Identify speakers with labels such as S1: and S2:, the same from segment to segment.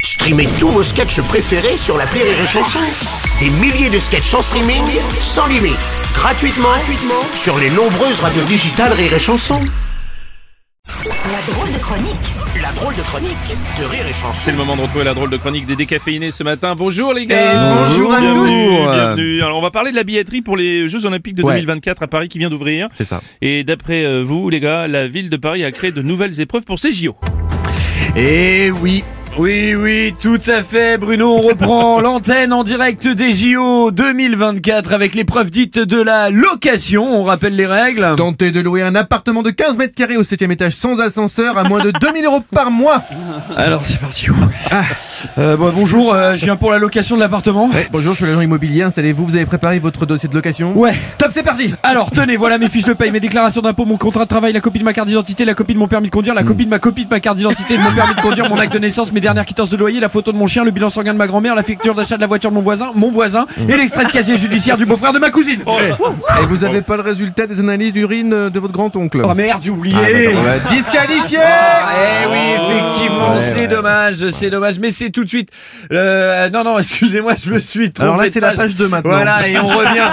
S1: Streamez tous vos sketchs préférés sur la Rire et Chanson. Des milliers de sketchs en streaming, sans limite, gratuitement, gratuitement sur les nombreuses radios digitales Rire et Chanson.
S2: La drôle de chronique.
S1: La drôle de chronique de Rire et Chanson.
S3: C'est le moment de retrouver la drôle de chronique des décaféinés ce matin. Bonjour les gars
S4: Eh, bonjour à
S3: bienvenue,
S4: tous.
S3: bienvenue. Alors on va parler de la billetterie pour les Jeux Olympiques de
S4: Ouais.
S3: 2024 à Paris qui vient d'ouvrir.
S4: C'est ça.
S3: Et d'après euh, vous les gars, la ville de Paris a créé de nouvelles épreuves pour ces JO.
S4: Et oui. Oui, oui, tout à fait, Bruno. On reprend l'antenne en direct des JO 2024 avec l'épreuve dite de la location. On rappelle les règles.
S5: Tenter de louer un appartement de 15 mètres carrés au 7 étage sans ascenseur à moins de 2000 euros par mois.
S4: Alors, c'est parti. Euh, bon, bonjour, euh, je viens pour la location de l'appartement.
S5: Ouais, bonjour, je suis l'agent immobilier. Installez-vous, vous avez préparé votre dossier de location
S4: Ouais.
S5: Top, c'est parti
S4: Alors, tenez, voilà mes fiches de paye, mes déclarations d'impôts, mon contrat de travail, la copie de ma carte d'identité, la copie de mon permis de conduire, la copie de ma copie de ma carte d'identité, de mon permis de conduire, mon acte de naissance, mes dernières quittances de loyer, la photo de mon chien, le bilan sanguin de ma grand-mère, la facture d'achat de la voiture de mon voisin, mon voisin, et l'extrait de casier judiciaire du beau-frère de ma cousine.
S5: Et vous avez pas le résultat des analyses d'urine euh, Ah, de votre grand-oncle
S4: Oh merde, j'ai oublié
S5: Voilà, Disqualifié
S4: Eh oui, effectivement,
S5: Ah, Ouais,
S4: c'est
S5: ouais.
S4: dommage, c'est dommage, mais c'est tout de suite. euh, non, non, excusez-moi, je me suis trompé.
S5: Alors là,
S4: de
S5: c'est la page 2 maintenant.
S4: Voilà, et on revient,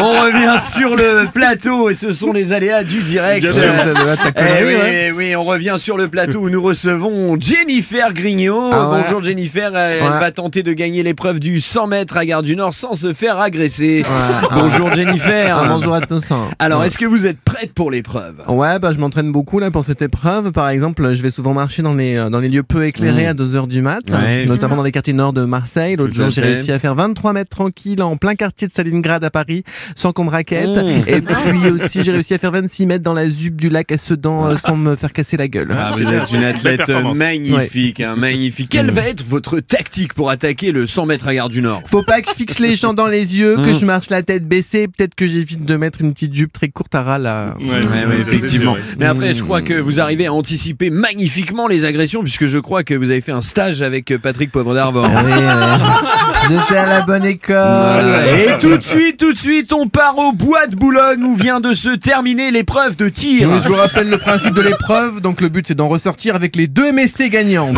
S4: on revient sur le plateau, et ce sont les aléas du direct.
S3: Bien
S5: Ouais,
S3: sûr.
S4: Euh,
S5: t'as- t'as- t'as
S4: eh
S5: connu,
S4: oui,
S5: ouais.
S4: eh oui, on revient sur le plateau où nous recevons Jennifer Grignot.
S5: Ah ouais.
S4: Bonjour Jennifer, euh, elle
S5: Ouais.
S4: va tenter de gagner l'épreuve du 100 mètres à Gare du Nord sans se faire agresser.
S5: Ouais.
S4: Bonjour Jennifer.
S5: Ah, hein. bonjour à tous. hein.
S4: Alors, est-ce que vous êtes prête pour l'épreuve
S5: Ouais, bah, je m'entraîne beaucoup là pour cette épreuve. Par exemple, je vais souvent marcher dans les, euh, dans les lieux peu éclairés à 2h du mat,
S4: Mmh. Ouais.
S5: notamment dans les quartiers nord de Marseille. L'autre
S4: Tout à
S5: jour, j'ai
S4: fait.
S5: réussi à faire 23 mètres tranquille en plein quartier de Salingrad à Paris, sans qu'on me raquette.
S4: Mmh.
S5: Et puis aussi, j'ai réussi à faire 26 mètres dans la ZUP du lac à Sedan euh, sans me faire casser Hein la gueule.
S4: Ah, vous êtes une athlète
S3: performance.
S4: magnifique, hein, magnifique. Quelle va être votre tactique pour attaquer le 100 mètres à Gare du Nord
S5: Faut pas que je fixe les gens dans les yeux,
S4: Mmh.
S5: que je marche la tête baissée, peut-être que j'évite de mettre une petite jupe très courte à ras là.
S4: Ouais, ouais,
S3: c'est
S4: effectivement.
S3: sûr, ouais.
S4: Mais après, je crois que vous arrivez à anticiper magnifiquement les agressions, puisque je crois que vous avez fait un stage avec euh, Patrick Poivre d'Arvor.
S5: Ah oui, ouais. J'étais à la bonne école.
S4: Et tout de suite, tout de suite, on part au bois de Boulogne où vient de se terminer l'épreuve de tir.
S5: Oui, je vous rappelle le principe de l'épreuve. Donc le but c'est d'en ressortir avec les deux MST gagnantes.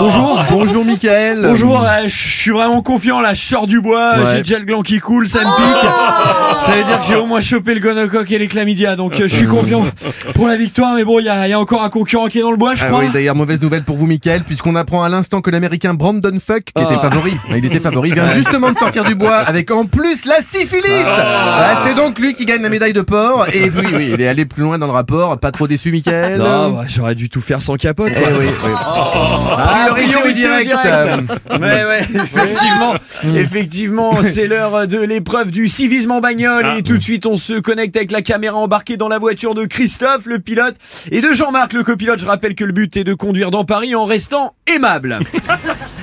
S5: Bonjour. Bonjour Michael.
S4: Bonjour, euh, je suis vraiment confiant là, je sors du bois,
S5: Ouais. Oh
S4: j'ai déjà le gland qui coule, ça me pique. ça veut dire que j'ai au moins chopé le gonocoque et les chlamydia, donc euh, je suis confiant pour la victoire, mais bon, il y a, il y a encore un concurrent qui est dans le bois, je
S5: Ah
S4: crois.
S5: oui, d'ailleurs, mauvaise nouvelle pour vous, Michael, puisqu'on apprend à l'instant que l'américain Brandon Fuck, qui
S4: Ah.
S5: était favori, il était favori, vient justement de sortir du bois avec en plus la syphilis. Ah, c'est donc lui qui gagne la médaille de porc. Et oui, oui, il est allé plus loin dans le rapport. Pas trop déçu, Michael.
S4: Non, bah, j'aurais dû tout faire sans capote.
S5: Eh
S4: quoi.
S5: oui, oui.
S4: Ah,
S5: priorité au direct.
S4: Ouais, ouais, effectivement,
S5: Mm.
S4: effectivement, c'est l'heure de l'épreuve du civisme en bagnole
S5: Ah.
S4: et tout de suite on se connecte avec la caméra embarquée dans la voiture de Christophe, le pilote, et de Jean-Marc, le copilote. Je rappelle que le but est de conduire dans Paris en restant aimable.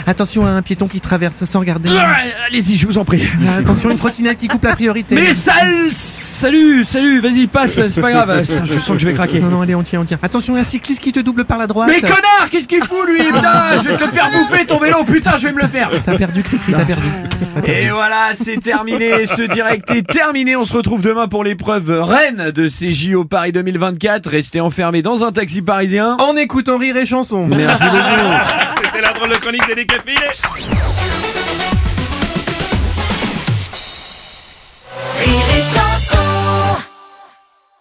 S5: Attention à un piéton qui traverse sans regarder.
S4: Ah. Allez-y, je vous en prie.
S5: Attention, une trottinette qui coupe la priorité.
S4: Mais sale Salut, salut, vas-y, passe, c'est pas grave. Putain, Ah, Je sens que je vais craquer.
S5: Non, non, allez, on tient, on tient. Attention, un cycliste qui te double par la droite.
S4: Mais connard, qu'est-ce qu'il fout lui Putain, je vais te le faire bouffer ton vélo, putain, je vais me le faire.
S5: T'as perdu, Cricri, t'as perdu.
S4: Et voilà, c'est terminé. Ce direct est terminé. On se retrouve demain pour l'épreuve reine de ces JO Paris 2024. Restez enfermés dans un taxi parisien.
S5: En écoutant rire et chanson.
S4: Merci beaucoup.
S3: C'était la drôle de chronique des décaféinés.
S2: Rire et chanson.